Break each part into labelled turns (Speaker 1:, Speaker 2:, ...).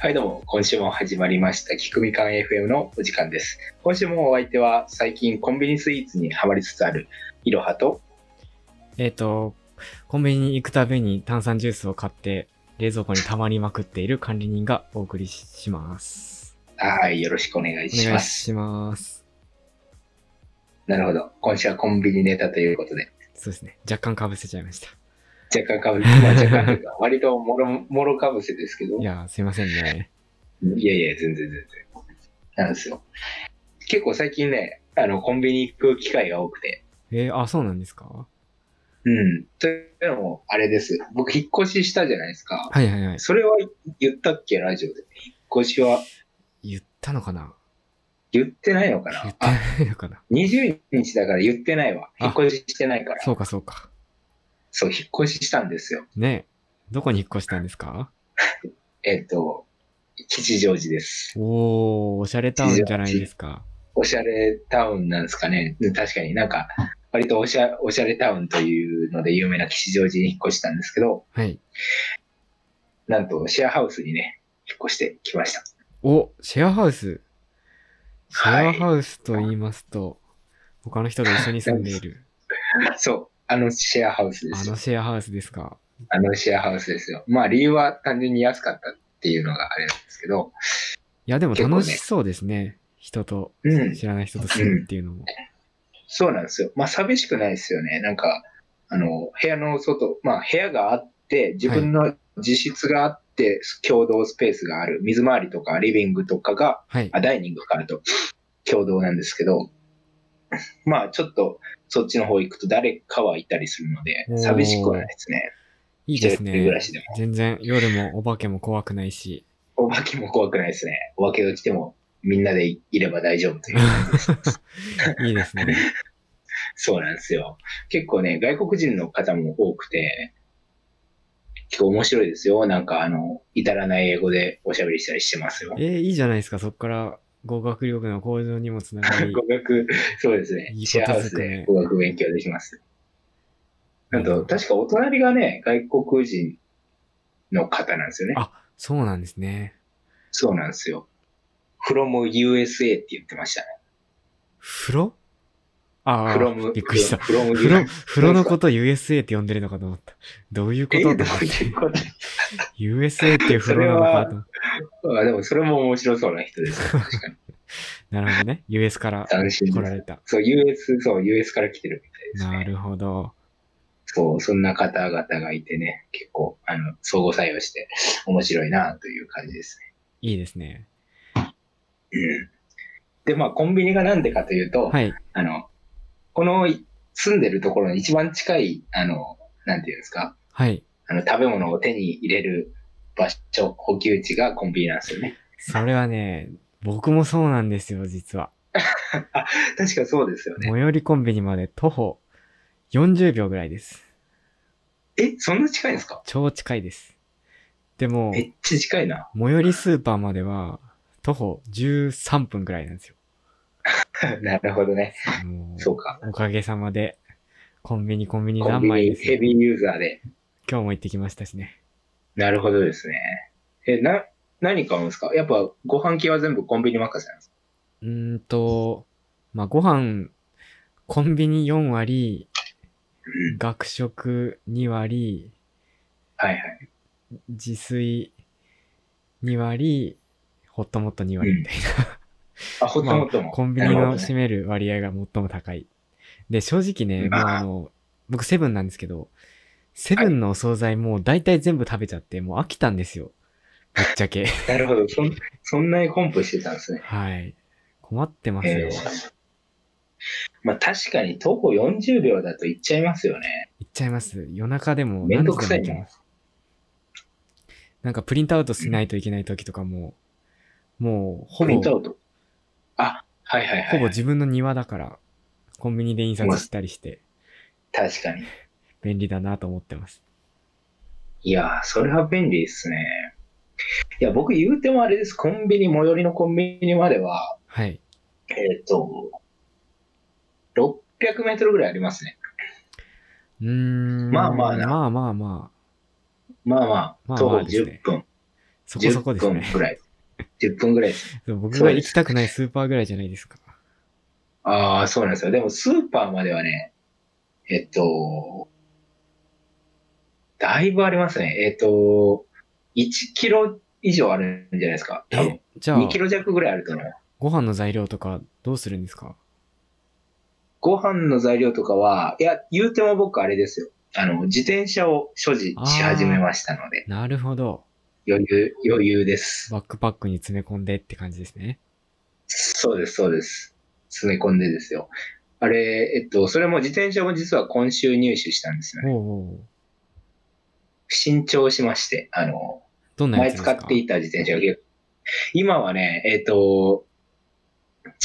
Speaker 1: はいどうも、今週も始まりました、聞くみかん FM のお時間です。今週もお相手は、最近コンビニスイーツにハマりつつある、いろはと、
Speaker 2: えっ、と、コンビニに行くたびに炭酸ジュースを買って、冷蔵庫に溜まりまくっている管理人がお送りしします。
Speaker 1: はい、よろしくお願い
Speaker 2: お
Speaker 1: し
Speaker 2: 願
Speaker 1: ま
Speaker 2: い
Speaker 1: す。
Speaker 2: します。
Speaker 1: なるほど。今週はコンビニネタということで、
Speaker 2: そうですね。若干かぶせちゃいました。
Speaker 1: 若干かぶ、まあ、若干というか、割ともろ、もろかぶせですけど、
Speaker 2: いやー、すいませんね。
Speaker 1: いやいや、全然全然。なんですよ。結構最近ね、あの、コンビニ行く機会が多くて、
Speaker 2: えー、あ、そうなんですか
Speaker 1: うん。というのも、あれです。僕、引っ越ししたじゃないですか。
Speaker 2: はいはいはい。
Speaker 1: それは言ったっけ、ラジオで。引っ越しは
Speaker 2: 言ったのかな
Speaker 1: 言ってないのか
Speaker 2: 言っ
Speaker 1: な
Speaker 2: て
Speaker 1: あ、
Speaker 2: ないのかな
Speaker 1: 20日だから言ってないわ。
Speaker 2: あ
Speaker 1: 引っ越ししてないから。
Speaker 2: そうかそうか。
Speaker 1: そう、引っ越ししたんですよ。
Speaker 2: ねえどこに引っ越したんですか
Speaker 1: えっと、吉祥寺です。
Speaker 2: おー、おしゃれタウンじゃないですか。
Speaker 1: おしゃれタウンなんですかね。うん確かになんか、割とおしゃおしゃれタウンというので有名な吉祥寺に引っ越したんですけど、
Speaker 2: はい。
Speaker 1: なんとシェアハウスにね、引っ越してきました。
Speaker 2: お、シェアハウス。シェ
Speaker 1: は
Speaker 2: ア
Speaker 1: い
Speaker 2: ハウスと言いますと、他の人と一緒に住んでいる。
Speaker 1: そう、あのシェアハウスで
Speaker 2: あ
Speaker 1: すよ
Speaker 2: の。シェアハウスですか。
Speaker 1: あのシェアハウスですよ。まあ理由は単純に安かったっていうのがあれなんですけど、
Speaker 2: いや、でも
Speaker 1: 結構ね
Speaker 2: 楽しそうですね。人と、
Speaker 1: うん
Speaker 2: 知らない人と住むっていうのも。
Speaker 1: そうなんですよ。まあ、寂しくないですよね。なんか、あの、部屋の外、まあ、部屋があって、自分の自室があって、共同スペースがある。水回りとか、リビングとかが、
Speaker 2: はい。
Speaker 1: あ、ダイニングがあると、共同なんですけど、まあ、ちょっと、そっちの方行くと誰かはいたりするので
Speaker 2: お、ー
Speaker 1: 寂しくはないですね。
Speaker 2: いいで
Speaker 1: 一
Speaker 2: す
Speaker 1: 人暮ら
Speaker 2: ね。
Speaker 1: しでも。
Speaker 2: 全然夜もお化けも怖くないし。
Speaker 1: お化けも怖くないですね。お化けが来ても、みんなでいれば大丈夫という。
Speaker 2: いいですね。
Speaker 1: そうなんですよ。結構ね、外国人の方も多くて、結構面白いですよ。なんか、あの、至らない英語でおしゃべりしたりしてますよ
Speaker 2: え。ー、いいじゃないですか。そこから語学力の向上にもつながり
Speaker 1: 語。学、そうですね。
Speaker 2: いい
Speaker 1: シ
Speaker 2: こ
Speaker 1: ェアハ
Speaker 2: と
Speaker 1: ウ
Speaker 2: ず
Speaker 1: ス
Speaker 2: く
Speaker 1: で
Speaker 2: ね
Speaker 1: 語学勉強できます。あと、確かお隣がね、外国人の方なんですよね。
Speaker 2: あそうなんですね。
Speaker 1: そうなんですよ。from USA って言ってましたね。
Speaker 2: 風呂ああ、
Speaker 1: from,
Speaker 2: びっくりした。
Speaker 1: from
Speaker 2: 風呂、
Speaker 1: USA。
Speaker 2: 風呂のこと USA って呼んでるのかと思った。どういうこ
Speaker 1: え、
Speaker 2: と
Speaker 1: ど
Speaker 2: と
Speaker 1: う
Speaker 2: 思って
Speaker 1: いう こと
Speaker 2: USA っていう風呂なのかと思っ
Speaker 1: あでも、それも面白そうな人です よ。確かに。
Speaker 2: た。なるほどね。US から
Speaker 1: 斬新
Speaker 2: 来
Speaker 1: で
Speaker 2: ら
Speaker 1: す。
Speaker 2: れた。
Speaker 1: そう、US、そう、US から来てるみたいです
Speaker 2: な
Speaker 1: ね。
Speaker 2: るほど。
Speaker 1: そう、そんな方々がいてね、結構、あの、相互作用して、面白いなという感じです
Speaker 2: いいですね。
Speaker 1: ね。うん。で、まあ、コンビニがなんでかというと、
Speaker 2: はい。
Speaker 1: あの、この住んでるところに一番近い、あの、なんていうんですか、
Speaker 2: はい。
Speaker 1: あの、食べ物を手に入れる場所、補給地がコンビニなんですよね。
Speaker 2: それはね、僕もそうなんですよ、実は。
Speaker 1: 確かそうですよね。
Speaker 2: 最寄りコンビニまで徒歩40秒ぐらいです。
Speaker 1: え、そんな近いんですか
Speaker 2: 超近いです。でも、
Speaker 1: めっちゃ近いな。
Speaker 2: 最寄りスーパーまでは徒歩13分ぐらいなんですよ。
Speaker 1: なるほどね。
Speaker 2: も
Speaker 1: そうか。
Speaker 2: うおかげさまで、コンビニコンビニ
Speaker 1: コン
Speaker 2: 何
Speaker 1: ビ
Speaker 2: 枚
Speaker 1: ニ
Speaker 2: です
Speaker 1: ヘ
Speaker 2: よ
Speaker 1: ビーユーザーで。
Speaker 2: 今日も行ってきましたしね。
Speaker 1: なるほどですね。え、な、何買うんですかやっぱご飯系は全部コンビニ任せなんですか
Speaker 2: うーんと、まあ、ご飯、コンビニ4割、
Speaker 1: うん。
Speaker 2: 学食2割、
Speaker 1: はいはい。
Speaker 2: 自炊2割、ホットモット2割みたいな。
Speaker 1: あ、ほっともっと
Speaker 2: まあ
Speaker 1: も。
Speaker 2: コンビニ
Speaker 1: なる
Speaker 2: の
Speaker 1: ほどね
Speaker 2: 占める割合が最も高い。で、正直ね、
Speaker 1: まあ
Speaker 2: もうあの、僕セブンなんですけど、セブンのお惣菜もう大体全部食べちゃって、もう飽きたんですよ。ぶっちゃけ。
Speaker 1: なるほど。そん、そんなにコンプしてたんですね。
Speaker 2: はい。困ってますよ。
Speaker 1: え
Speaker 2: 行
Speaker 1: ーまあ確かに徒歩40秒だと行っちゃいますよね。
Speaker 2: っちゃいます。夜中でも
Speaker 1: めん
Speaker 2: 何
Speaker 1: どく
Speaker 2: 時で
Speaker 1: さ
Speaker 2: も
Speaker 1: い
Speaker 2: 行け
Speaker 1: ね
Speaker 2: ま。す。なんかプリントアウトしないといけない時とかも、もうほ
Speaker 1: プ
Speaker 2: ぼ、
Speaker 1: リントア
Speaker 2: ほ
Speaker 1: ウト。あ、はいはいはいはい。
Speaker 2: ぼ自分の庭だから、コンビニで印刷したりして、
Speaker 1: 確かに。
Speaker 2: 便利だなと思ってます。
Speaker 1: いやー、それは便利ですね。いや、僕言うてもあれです。コンビニ、最寄りのコンビニまでは、
Speaker 2: はい。
Speaker 1: えっ、と、600メートルぐらいありますね。
Speaker 2: うーん。
Speaker 1: まあまあな
Speaker 2: まあまあまあ。
Speaker 1: まあまあ、
Speaker 2: まあ
Speaker 1: 徒
Speaker 2: ま
Speaker 1: 歩
Speaker 2: あですね
Speaker 1: 10分。
Speaker 2: そこそこですね
Speaker 1: 10分。くらい。10分くらい です。
Speaker 2: そう僕
Speaker 1: そう
Speaker 2: が
Speaker 1: で
Speaker 2: 行
Speaker 1: す
Speaker 2: きたくないスーパーぐらいじゃないですか。
Speaker 1: ああ、そうなんですよ。でもスーパーまではね、えっと、だいぶありますね。えっと、1キロ以上あるんじゃないですか。多分
Speaker 2: え、じゃあ
Speaker 1: 2、キロ弱ぐらいあると思う。
Speaker 2: ご飯の材料とかどうするんですか
Speaker 1: ご飯の材料とかは、いや、言うても僕あれですよ。あの、自転車を所持し始めましたので、
Speaker 2: なるほど。
Speaker 1: 余裕、余裕です。
Speaker 2: バックパックに詰め込んでって感じですね。
Speaker 1: そうです、そうです。詰め込んでですよ。あれ、えっと、それも自転車も実は今週入手したんですよね。
Speaker 2: おうおう。
Speaker 1: 新調しまして、あの、
Speaker 2: どんなや
Speaker 1: 前
Speaker 2: つです
Speaker 1: 使
Speaker 2: か
Speaker 1: っていた自転車が結構今はね、えっと、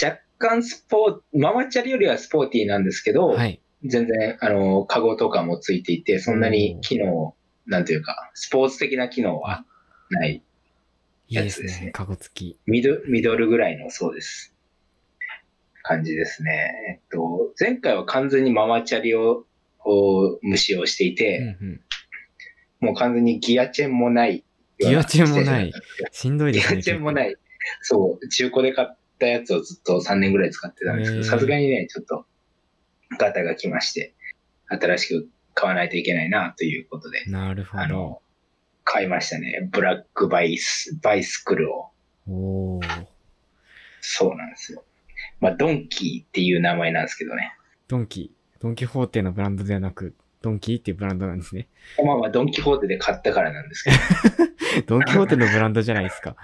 Speaker 1: 若干スポーママチャリよりはスポーティーなんですけど、
Speaker 2: はい。
Speaker 1: 全然、あの、カゴとかもついていて、そんなに機能、なんていうか、スポーツ的な機能はない。
Speaker 2: いいです
Speaker 1: やつです
Speaker 2: ね。
Speaker 1: ね
Speaker 2: カゴ付き。
Speaker 1: ミドミドルぐらいの、そうです。感じですね。えっと、前回は完全にママチャリを、を無視をしてい
Speaker 2: うんう
Speaker 1: て、
Speaker 2: ん。
Speaker 1: もう完全にギアチェーンもないよう
Speaker 2: ギ
Speaker 1: な
Speaker 2: アチェーンも
Speaker 1: 自
Speaker 2: な
Speaker 1: 転車だ
Speaker 2: い
Speaker 1: ったんですよ。
Speaker 2: しんどい
Speaker 1: ギ
Speaker 2: ですね。。
Speaker 1: アチェーンもないい。そう、中古で買ったやつをずっと3年ぐらい使ってたんですけ
Speaker 2: へ
Speaker 1: ど、
Speaker 2: ー
Speaker 1: さすがにね、ちょっと、ガタが来まして、新しく買わないといけないな、ということで、
Speaker 2: なるほ
Speaker 1: あ
Speaker 2: ど。
Speaker 1: の、買いましたね。ブラックバイス、バイスクルを。
Speaker 2: おー。
Speaker 1: そうなんですよ。まあ、ドンキーっていう名前なんですけどね。
Speaker 2: ドンキ。ドンキホーテのブランドではなく、ドンキっていうブランドなんですね。
Speaker 1: まあまあ、ドンキホーテで買ったからなん ですけど。
Speaker 2: ドンキホーテのブランドじゃないですか。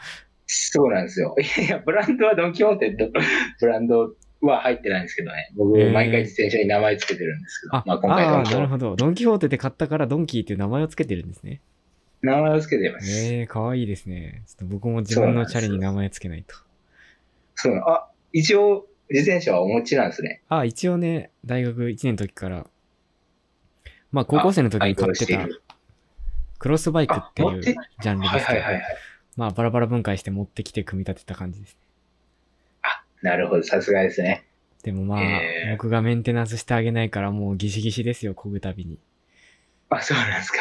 Speaker 1: そうなんですよ。いやいや、ブランドはドンキホーテの ブランドは入ってないんですけどね。僕
Speaker 2: へ、ー
Speaker 1: 毎回自転車に名前つけてるんですけど。
Speaker 2: あ、
Speaker 1: まあ、今回ド
Speaker 2: あ
Speaker 1: ンキ
Speaker 2: ー
Speaker 1: ホー
Speaker 2: なる
Speaker 1: テ
Speaker 2: ほど。ドンキホーテで買ったからドンキーっていう名前をつけてるんですね。
Speaker 1: 名前をつけてます。
Speaker 2: ええー、かわいいですね。ちょっと僕も自分のチャリに名前つけないと。
Speaker 1: そうなのあ、一応、自転車はお持ちなんですね。
Speaker 2: あ、一応ね、大学1年の時から、まあ高校生の時に買っ
Speaker 1: 愛
Speaker 2: てた
Speaker 1: 用している
Speaker 2: クロスバイクってい
Speaker 1: あ持
Speaker 2: う
Speaker 1: っ
Speaker 2: ジ
Speaker 1: て
Speaker 2: ャンル
Speaker 1: はい
Speaker 2: です
Speaker 1: は
Speaker 2: け
Speaker 1: い
Speaker 2: ど
Speaker 1: はい、はい。
Speaker 2: まあバラバラ分解して持ってきて組み立てた感じです。
Speaker 1: なるほど、さすがですね。
Speaker 2: でもまあ、
Speaker 1: えー
Speaker 2: 僕がメンテナンスしてあげないからもうギシギシですよ、漕ぐたびに。
Speaker 1: あ、そうなんですか。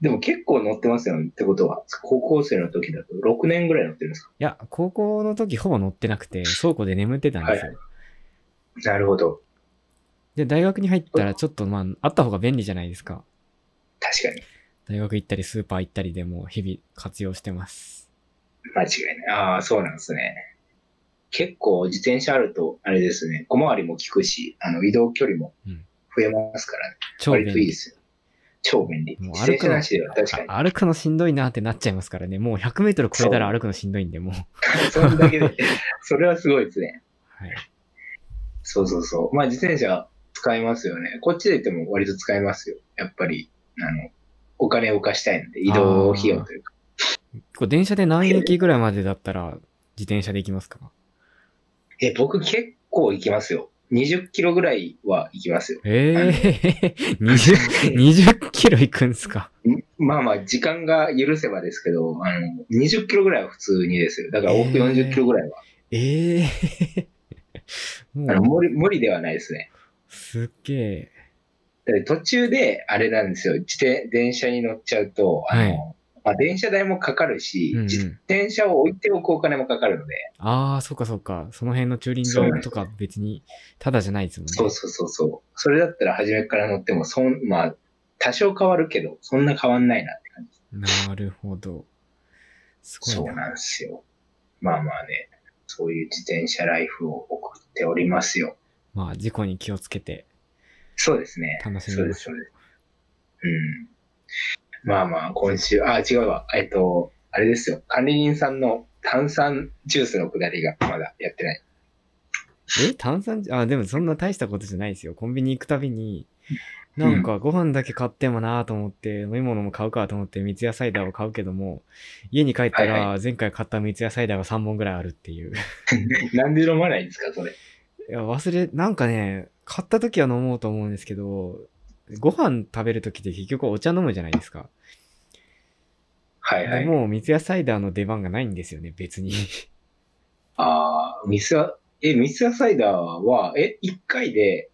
Speaker 1: でも結構乗ってますよね。ってことは、高校生の時だと6年ぐらい乗ってるんですか
Speaker 2: いや、高校の時ほぼ乗ってなくて、倉庫で眠ってたんですよ。
Speaker 1: なるほど。
Speaker 2: で、大学に入ったらちょっとまあ、あった方が便利じゃないですか。
Speaker 1: 確かに。
Speaker 2: 大学行ったり、スーパー行ったりでもう日々活用してます。
Speaker 1: 間違いない。ああ、そうなんですね。結構自転車あると、あれですね、小回りも効くし、あの移動距離も増えますからね。
Speaker 2: 超
Speaker 1: 割
Speaker 2: 便
Speaker 1: といい
Speaker 2: 利
Speaker 1: で。すよ。超便利。
Speaker 2: もう
Speaker 1: 自
Speaker 2: 歩
Speaker 1: 転
Speaker 2: く
Speaker 1: 車
Speaker 2: の
Speaker 1: なしでは確かに。
Speaker 2: あ歩くのしんどいなってなっちゃいますからね。もう100メートル超えたら歩くのしんどいんで、もう。
Speaker 1: そんだけで、それはすごいですね。
Speaker 2: はい。
Speaker 1: そうそうそう。まあ自転車使いますよね。こっちで行っても割と使いますよ。やっぱり、あの、お金を貸したいので、移動費用というか。
Speaker 2: こう電車で何駅ぐらいまでだったら自転車で行きますか
Speaker 1: え、僕結構行きますよ。20キロぐらいは行きますよ。
Speaker 2: ええ ー、20、20キロ行くんすか。
Speaker 1: んまあまあ、時間が許せばですけど、あの、20キロぐらいは普通にですよ。だから往復
Speaker 2: えー
Speaker 1: 40キロぐらいは。
Speaker 2: ええー、
Speaker 1: あの
Speaker 2: もう、
Speaker 1: 無理、無理ではないですね。
Speaker 2: すっげえ。
Speaker 1: だって途中で、あれなんですよ。自転、電車に乗っちゃうと、あの、
Speaker 2: はい
Speaker 1: まあ、電車代もかかるし、
Speaker 2: うんうん
Speaker 1: 自転車を置いておくお金もかかるので、
Speaker 2: ああ、そうかそうか。その辺の駐輪
Speaker 1: そうなん
Speaker 2: 場
Speaker 1: です
Speaker 2: とか別に、ただじゃないですもんね。
Speaker 1: そうそうそうそう。それだったら初めから乗っても、そん、まあ、多少変わるけど、そんな変わんないなって感じ。
Speaker 2: なるほど。す
Speaker 1: そ
Speaker 2: ご
Speaker 1: う
Speaker 2: いな。
Speaker 1: なんですよ。まあまあね、そういう自転車ライフを送っておりますよ。
Speaker 2: まあ、事故に気をつけて。
Speaker 1: そうですね。
Speaker 2: 楽しみ
Speaker 1: そうで、
Speaker 2: ますし
Speaker 1: そうです。うん。まあまあ、今週、あ、違うわ。えっと、あれですよ。管理人さんの炭酸ジュースのくだりがまだやってない。
Speaker 2: え炭酸じあ、でもそんな大したことじゃないですよ。コンビニ行くたびに、なんかご飯だけ買ってもなーと思って、飲み物も買うかと思って三ツ矢サイダーを買うけども、家に帰った
Speaker 1: はい
Speaker 2: ら前回買った三ツ矢サイダーが3本ぐらいあるっていう。
Speaker 1: なんで飲まないんですか、それ。
Speaker 2: いや、忘れ、なんかね、買った時は飲もうと思うんですけど、ご飯食べる時って結局お茶飲むじゃないですか。
Speaker 1: はいは
Speaker 2: で
Speaker 1: い。
Speaker 2: もう三ツ矢サイダーの出番がないんですよね、別に。
Speaker 1: ああ、ミスア、え、ミスアサイダーは、え、1回で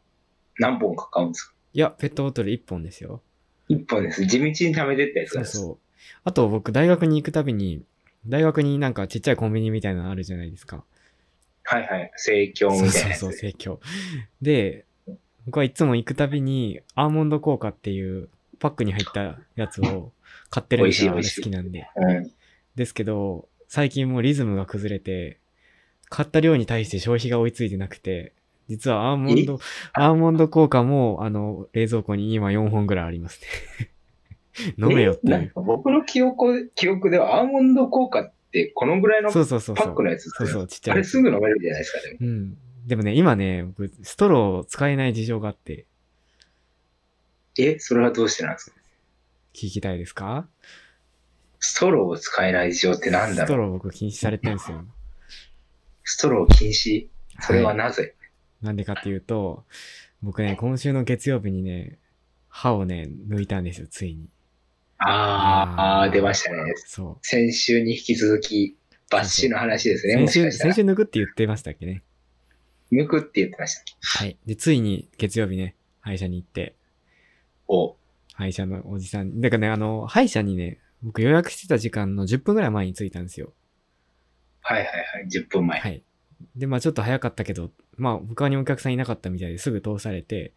Speaker 1: 何本か買うんですか
Speaker 2: いや、ペットボトル1本ですよ。
Speaker 1: ?1 本です。地道に貯めてったやつ
Speaker 2: そ
Speaker 1: なん
Speaker 2: う
Speaker 1: です。
Speaker 2: そう。あと僕、大学に行くたびに、大学になんかちっちゃいコンビニみたいなのあるじゃないですか。
Speaker 1: はいはい。盛況
Speaker 2: そ
Speaker 1: み
Speaker 2: う
Speaker 1: たい
Speaker 2: そ
Speaker 1: な
Speaker 2: う
Speaker 1: やつ。
Speaker 2: そう、盛況。で、僕はいつも行くたびに、アーモンド効果っていうパックに入ったやつを買ってるんですよ。あ
Speaker 1: 美
Speaker 2: れ
Speaker 1: 味しい
Speaker 2: 好きなんで。
Speaker 1: うん。
Speaker 2: ですけど、最近もうリズムが崩れて、買った量に対して消費が追いついてなくて、実はアーモンド、アーモンド効果も、あの、冷蔵庫に今4本ぐらいあります ね。飲めよって
Speaker 1: え
Speaker 2: い
Speaker 1: なん
Speaker 2: う。
Speaker 1: か僕の記憶記憶ではアーモンド効果ってこのぐらいの
Speaker 2: そうそうそう
Speaker 1: パ
Speaker 2: そ
Speaker 1: ックの
Speaker 2: う。
Speaker 1: やつです
Speaker 2: そう
Speaker 1: ね
Speaker 2: そう、ちっちゃ
Speaker 1: あ
Speaker 2: い
Speaker 1: れ
Speaker 2: や
Speaker 1: す
Speaker 2: つ。
Speaker 1: ぐ飲めるじゃないですか、でも。
Speaker 2: うん。でもね、今ね、僕、ストローを使えない事情があって、
Speaker 1: え、それはどうしてなんですか
Speaker 2: 聞きたいですか
Speaker 1: ストローを使えない事情ってなんだ
Speaker 2: スト
Speaker 1: ろう
Speaker 2: ロー僕禁止されてるんですよ。
Speaker 1: ストロー禁止それはいなぜ、
Speaker 2: なんでかっていうと、僕ね、今週の月曜日にね、歯をね、抜いたんですよ、ついに。
Speaker 1: あー
Speaker 2: あ
Speaker 1: あ
Speaker 2: ー
Speaker 1: ー、出ましたね。
Speaker 2: そ
Speaker 1: 先週に引き続き、抜歯の話です
Speaker 2: う。
Speaker 1: ね、
Speaker 2: 先
Speaker 1: もしか
Speaker 2: 週、
Speaker 1: した
Speaker 2: 先
Speaker 1: ら。
Speaker 2: 週抜くって言ってましたっけね。
Speaker 1: 抜くって言ってました。
Speaker 2: はい。で、ついに月曜日ね、歯医者に行って、
Speaker 1: お
Speaker 2: 歯医者のおじさん、だからね、あの、歯医者にね、僕予約してた時間の10分ぐらい前に着いたんですよ。
Speaker 1: はいはいはい、10分前。
Speaker 2: はい。で、まあちょっと早かったけど、まあ他にお客さんいなかったみたいですぐ通されて、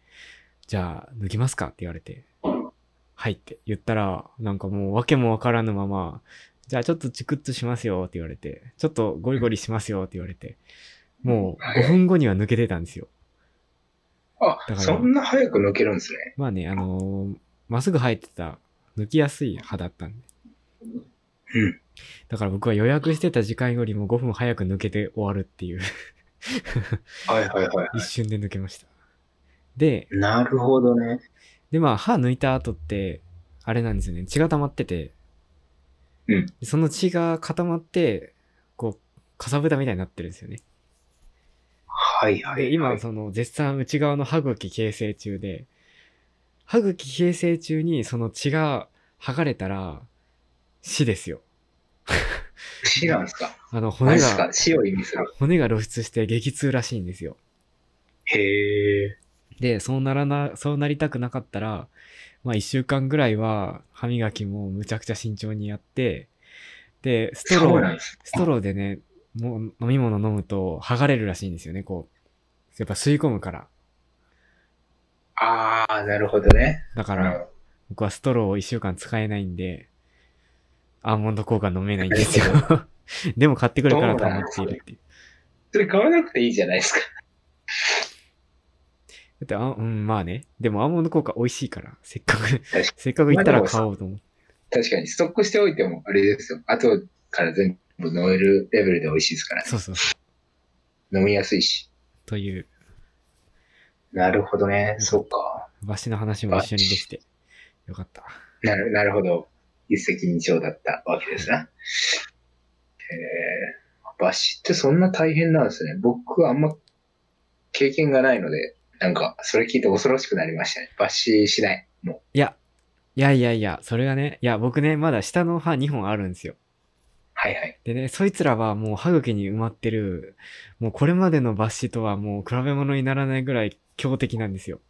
Speaker 2: じゃあ抜きますかって言われて、はいって言ったら、なんかもう訳もわからぬまま、じゃあちょっとチクッとしますよって言われて、ちょっとゴリゴリしますよって言われて、もう5分後には抜けてたんですよ。
Speaker 1: あ
Speaker 2: から、
Speaker 1: そんな早く抜けるんですね。
Speaker 2: まあね、あのーまっすぐ生えてた、抜きやすい歯だったんで。
Speaker 1: うん。
Speaker 2: だから僕は予約してた時間よりも5分早く抜けて終わるっていう、
Speaker 1: はいはいはい。
Speaker 2: 一瞬で抜けました。で、
Speaker 1: なるほどね。
Speaker 2: で、まあ、歯抜いた後って、あれなんですよね。血が溜まってて、
Speaker 1: うん
Speaker 2: でその血が固まって、こう、かさぶたみたいになってるんですよね。
Speaker 1: はいはい、は
Speaker 2: で、
Speaker 1: い。
Speaker 2: 今、その、絶賛内側の歯茎形成中で、歯茎形成中にその血が剥がれたら、死ですよ。
Speaker 1: 死なんですか
Speaker 2: あの、骨
Speaker 1: 何です
Speaker 2: が
Speaker 1: か、死を意味する。
Speaker 2: 骨が露出して激痛らしいんですよ。
Speaker 1: へえ。
Speaker 2: で、そうならな、そうなりたくなかったら、まあ一週間ぐらいは歯磨きもむちゃくちゃ慎重にやって、で、スト
Speaker 1: そ
Speaker 2: ロ
Speaker 1: うなん
Speaker 2: ー、
Speaker 1: です。
Speaker 2: ストローでね、もう飲み物飲むと剥がれるらしいんですよね、こう。やっぱ吸い込むから。
Speaker 1: ああ、なるほどね。
Speaker 2: だか
Speaker 1: あ
Speaker 2: ら、
Speaker 1: の
Speaker 2: 僕はストローを一週間使えないんで、アーモンド効果飲めないんですよ。 でも買ってくるから保っているっていう。
Speaker 1: それ買わなくていいじゃないですか。
Speaker 2: だってあ、うん、まあね。でもアーモンド効果美味しいから、せっかく
Speaker 1: かに、
Speaker 2: せっかく行ったら買おうと思って。
Speaker 1: 確かに、ストックしておいてもあれですよ。後から全部飲めるレベルで美味しいですからね。
Speaker 2: そうそうそう。
Speaker 1: 飲みやすいし。
Speaker 2: という。
Speaker 1: なるほどね。そっか。
Speaker 2: わしの話も一緒にできて、よかった。
Speaker 1: なるなるほど。一石二鳥だったわけですな。へえ。抜歯ってそんな大変なんですね。僕はあんま経験がないので、なんか、それ聞いて恐ろしくなりましたね。抜歯しない。もう。
Speaker 2: いや、いやいやいや、それがね、いや、僕ね、まだ下の歯2本あるんですよ。
Speaker 1: はいはい。
Speaker 2: でね、そいつらはもう歯茎に埋まってる、もうこれまでの抜歯とはもう比べ物にならないぐらい強敵なんですよ。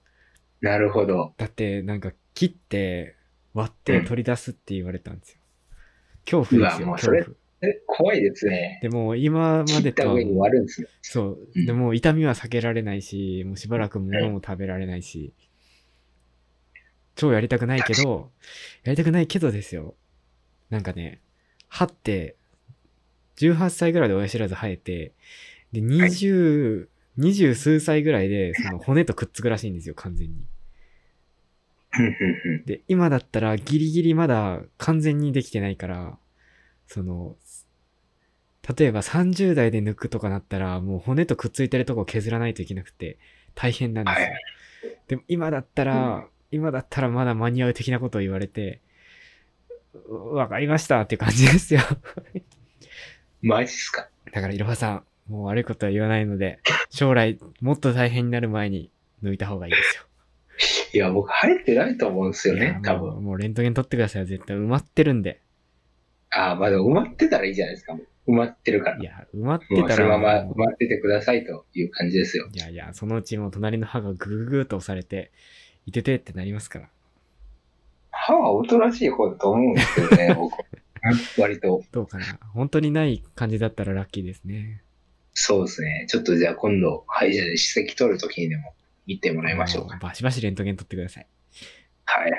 Speaker 1: なるほど。
Speaker 2: だって、なんか切って、割っ
Speaker 1: う
Speaker 2: て
Speaker 1: ん
Speaker 2: 取り出すって言われたんですよ。恐怖で
Speaker 1: うわ
Speaker 2: すよ、
Speaker 1: もうそ
Speaker 2: 恐
Speaker 1: れ
Speaker 2: 怖。
Speaker 1: え、怖いですね。
Speaker 2: でもう今ま
Speaker 1: 切
Speaker 2: で
Speaker 1: った
Speaker 2: とはもう
Speaker 1: 上に割るんですね。
Speaker 2: そう
Speaker 1: う。ん
Speaker 2: でもう痛みは避けられないし、もうしばらく物も食べられないし、超やりたくないけど、やりたくないけどですよ。なんかね、歯って、18歳ぐらいで親知らず生えて、で、20、二十数歳ぐらいで、その骨とくっつくらしいんですよ、完全に。
Speaker 1: ふんふんふん
Speaker 2: で、今だったらギリギリまだ完全にできてないから、その、例えば30代で抜くとかなったら、もう骨とくっついてるとこを削らないといけなくて、大変なんですよ。
Speaker 1: は
Speaker 2: でも今だったら、今だったらまだ間に合う的なことを言われて、うわかりましたっていう感じですよ。
Speaker 1: マジっすか。
Speaker 2: だからいろはさん、もう悪いことは言わないので、将来もっと大変になる前に抜いた方がいいですよ。
Speaker 1: いや、僕、生えてないと思うんですよ
Speaker 2: いや
Speaker 1: ね、多
Speaker 2: もう
Speaker 1: 分。
Speaker 2: もうレントゲン取ってください。絶対埋まってるんで。
Speaker 1: ああ、まだ埋まってたらいいじゃないですか。もう埋まってるから
Speaker 2: い。や、埋まって
Speaker 1: もう
Speaker 2: た
Speaker 1: そ
Speaker 2: ら
Speaker 1: のまま
Speaker 2: もう
Speaker 1: 埋まっててくださいという感じですよ。
Speaker 2: いやいや、そのうちもう隣の歯がグーグーと押されて、いててってなりますから。
Speaker 1: 歯はおとなしい方だと思うんですけど ね、僕。割と。
Speaker 2: どうかな。本当にない感じだったらラッキーですね。
Speaker 1: そうですね。ちょっとじゃあ今度、歯医者で歯石取るときにでも行ってもらいましょう
Speaker 2: あ
Speaker 1: か。
Speaker 2: のバシバシレントゲン取ってください。
Speaker 1: はいはい。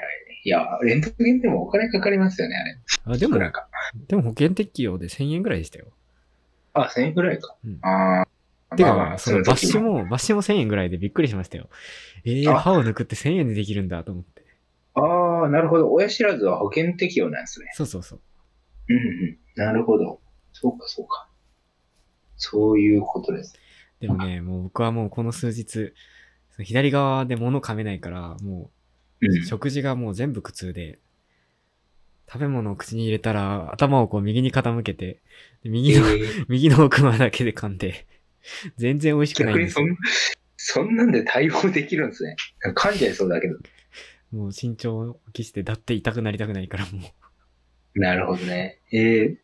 Speaker 1: いや、レントゲンでもお金かかりますよね、あれ。
Speaker 2: あでも、
Speaker 1: なんか。
Speaker 2: でも保険適用で1000円ぐらいでしたよ。
Speaker 1: あ、1000円くらいか。
Speaker 2: うん
Speaker 1: ああ。
Speaker 2: てか、
Speaker 1: まあまあ
Speaker 2: そのバッ
Speaker 1: 時
Speaker 2: シュ
Speaker 1: も
Speaker 2: も、バッシュも1000円ぐらいでびっくりしましたよ。えー、
Speaker 1: あ
Speaker 2: 歯を抜くって1000円でできるんだと思って。
Speaker 1: ああ、なるほど。親知らずは保険適用なんですね。
Speaker 2: そうそうそう。
Speaker 1: うんうん。なるほど。そうか、そうか。そういうことです。
Speaker 2: でもね、もう僕はもうこの数日、その左側で物噛めないから、も
Speaker 1: う
Speaker 2: う食事がもう全部苦痛で、食べ物を口に入れたら頭をこう右に傾けて、で右の、
Speaker 1: えー
Speaker 2: 右の奥歯だけで噛んで、全然美味しくない
Speaker 1: 逆
Speaker 2: んで
Speaker 1: に
Speaker 2: す
Speaker 1: そ
Speaker 2: よ
Speaker 1: んそんなんで対応できるんですね。噛んじゃいそうだけど。
Speaker 2: もう慎重を期して、だって痛くなりたくないからもう。
Speaker 1: なるほどね。えー、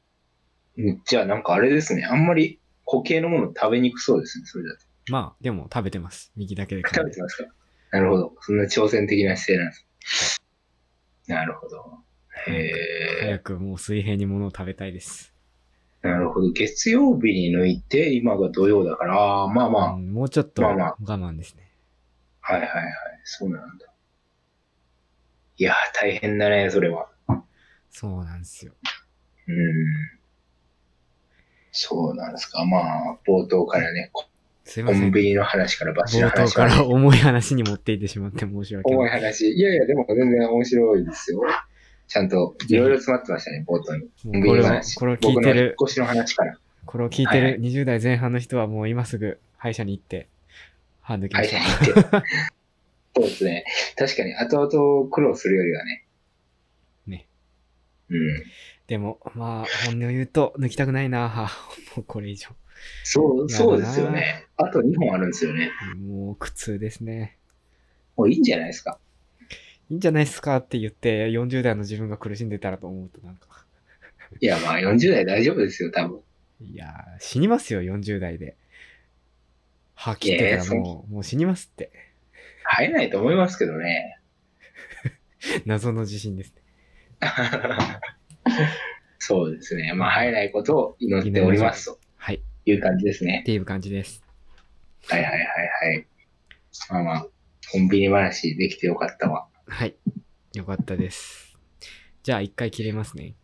Speaker 1: うんじゃあなんかあれですね。あんまり固形のもの食べにくそうですね。それだと。
Speaker 2: まあ、でも食べてます。右だけで噛
Speaker 1: 食
Speaker 2: ん
Speaker 1: べ
Speaker 2: で
Speaker 1: て。ますかなるほど。そんな挑戦的な姿勢なんです。なるほど。へ
Speaker 2: 早くもう水平に物を食べたいです。
Speaker 1: え。なるほど。月曜日に抜いて、今が土曜だから、あーまあまあ、
Speaker 2: うんもうちょっと
Speaker 1: まあま
Speaker 2: 我慢ですね。
Speaker 1: はいはいはい。そうなんだ。いやー、大変だね、それは。
Speaker 2: そうなんですよ。
Speaker 1: うん。そうなんですか。まあ、冒頭からね、コ
Speaker 2: すいませ
Speaker 1: ン
Speaker 2: ん。
Speaker 1: ビニの話からバスの
Speaker 2: 冒頭
Speaker 1: 話
Speaker 2: か
Speaker 1: からら。
Speaker 2: 重い話に持っていってしまって申し訳
Speaker 1: 重
Speaker 2: ないい。
Speaker 1: 話。いやいや、でも全然面白いですよ。ちゃんと、いろいろ詰まってましたね、冒頭に。コ
Speaker 2: も
Speaker 1: ン
Speaker 2: う
Speaker 1: ビ
Speaker 2: こ
Speaker 1: ニ
Speaker 2: れ
Speaker 1: の
Speaker 2: を、
Speaker 1: 話。
Speaker 2: これを聞い
Speaker 1: 僕の
Speaker 2: て
Speaker 1: 引っ
Speaker 2: る、
Speaker 1: 越しの話から。
Speaker 2: これを聞いてる20代前半の人はもう今すぐ歯医者に行って、歯抜きま
Speaker 1: 会
Speaker 2: し
Speaker 1: 社
Speaker 2: ょう
Speaker 1: に行 って。そうですね。確かに、後々苦労するよりはね。
Speaker 2: ね。
Speaker 1: うん。
Speaker 2: でも、まあ、本音を言うと、抜きたくないな、歯。 もうこれ以上。
Speaker 1: そう、そうですよ
Speaker 2: い
Speaker 1: ね。あと2本あるんですよね。
Speaker 2: もう苦痛ですね。
Speaker 1: もういいんじゃないですか。
Speaker 2: いいんじゃないっすかって言って、40代の自分が苦しんでたらと思うとなんか、
Speaker 1: いや、まあ40代大丈夫ですよ、多分。
Speaker 2: いやー、死にますよ、40代で。歯切ってたらもう、もう死にますって。
Speaker 1: 生えないと思いますけどね。
Speaker 2: 謎の自信ですね。
Speaker 1: そうですね。まあ生えないことを祈っておりますと
Speaker 2: はい。っ
Speaker 1: いう感じですね。
Speaker 2: ていう感じです。
Speaker 1: はいはいはいはい。まあまあ、コンビニ話できてよかったわ。
Speaker 2: はい。よかったです。じゃあ、一回切れますね。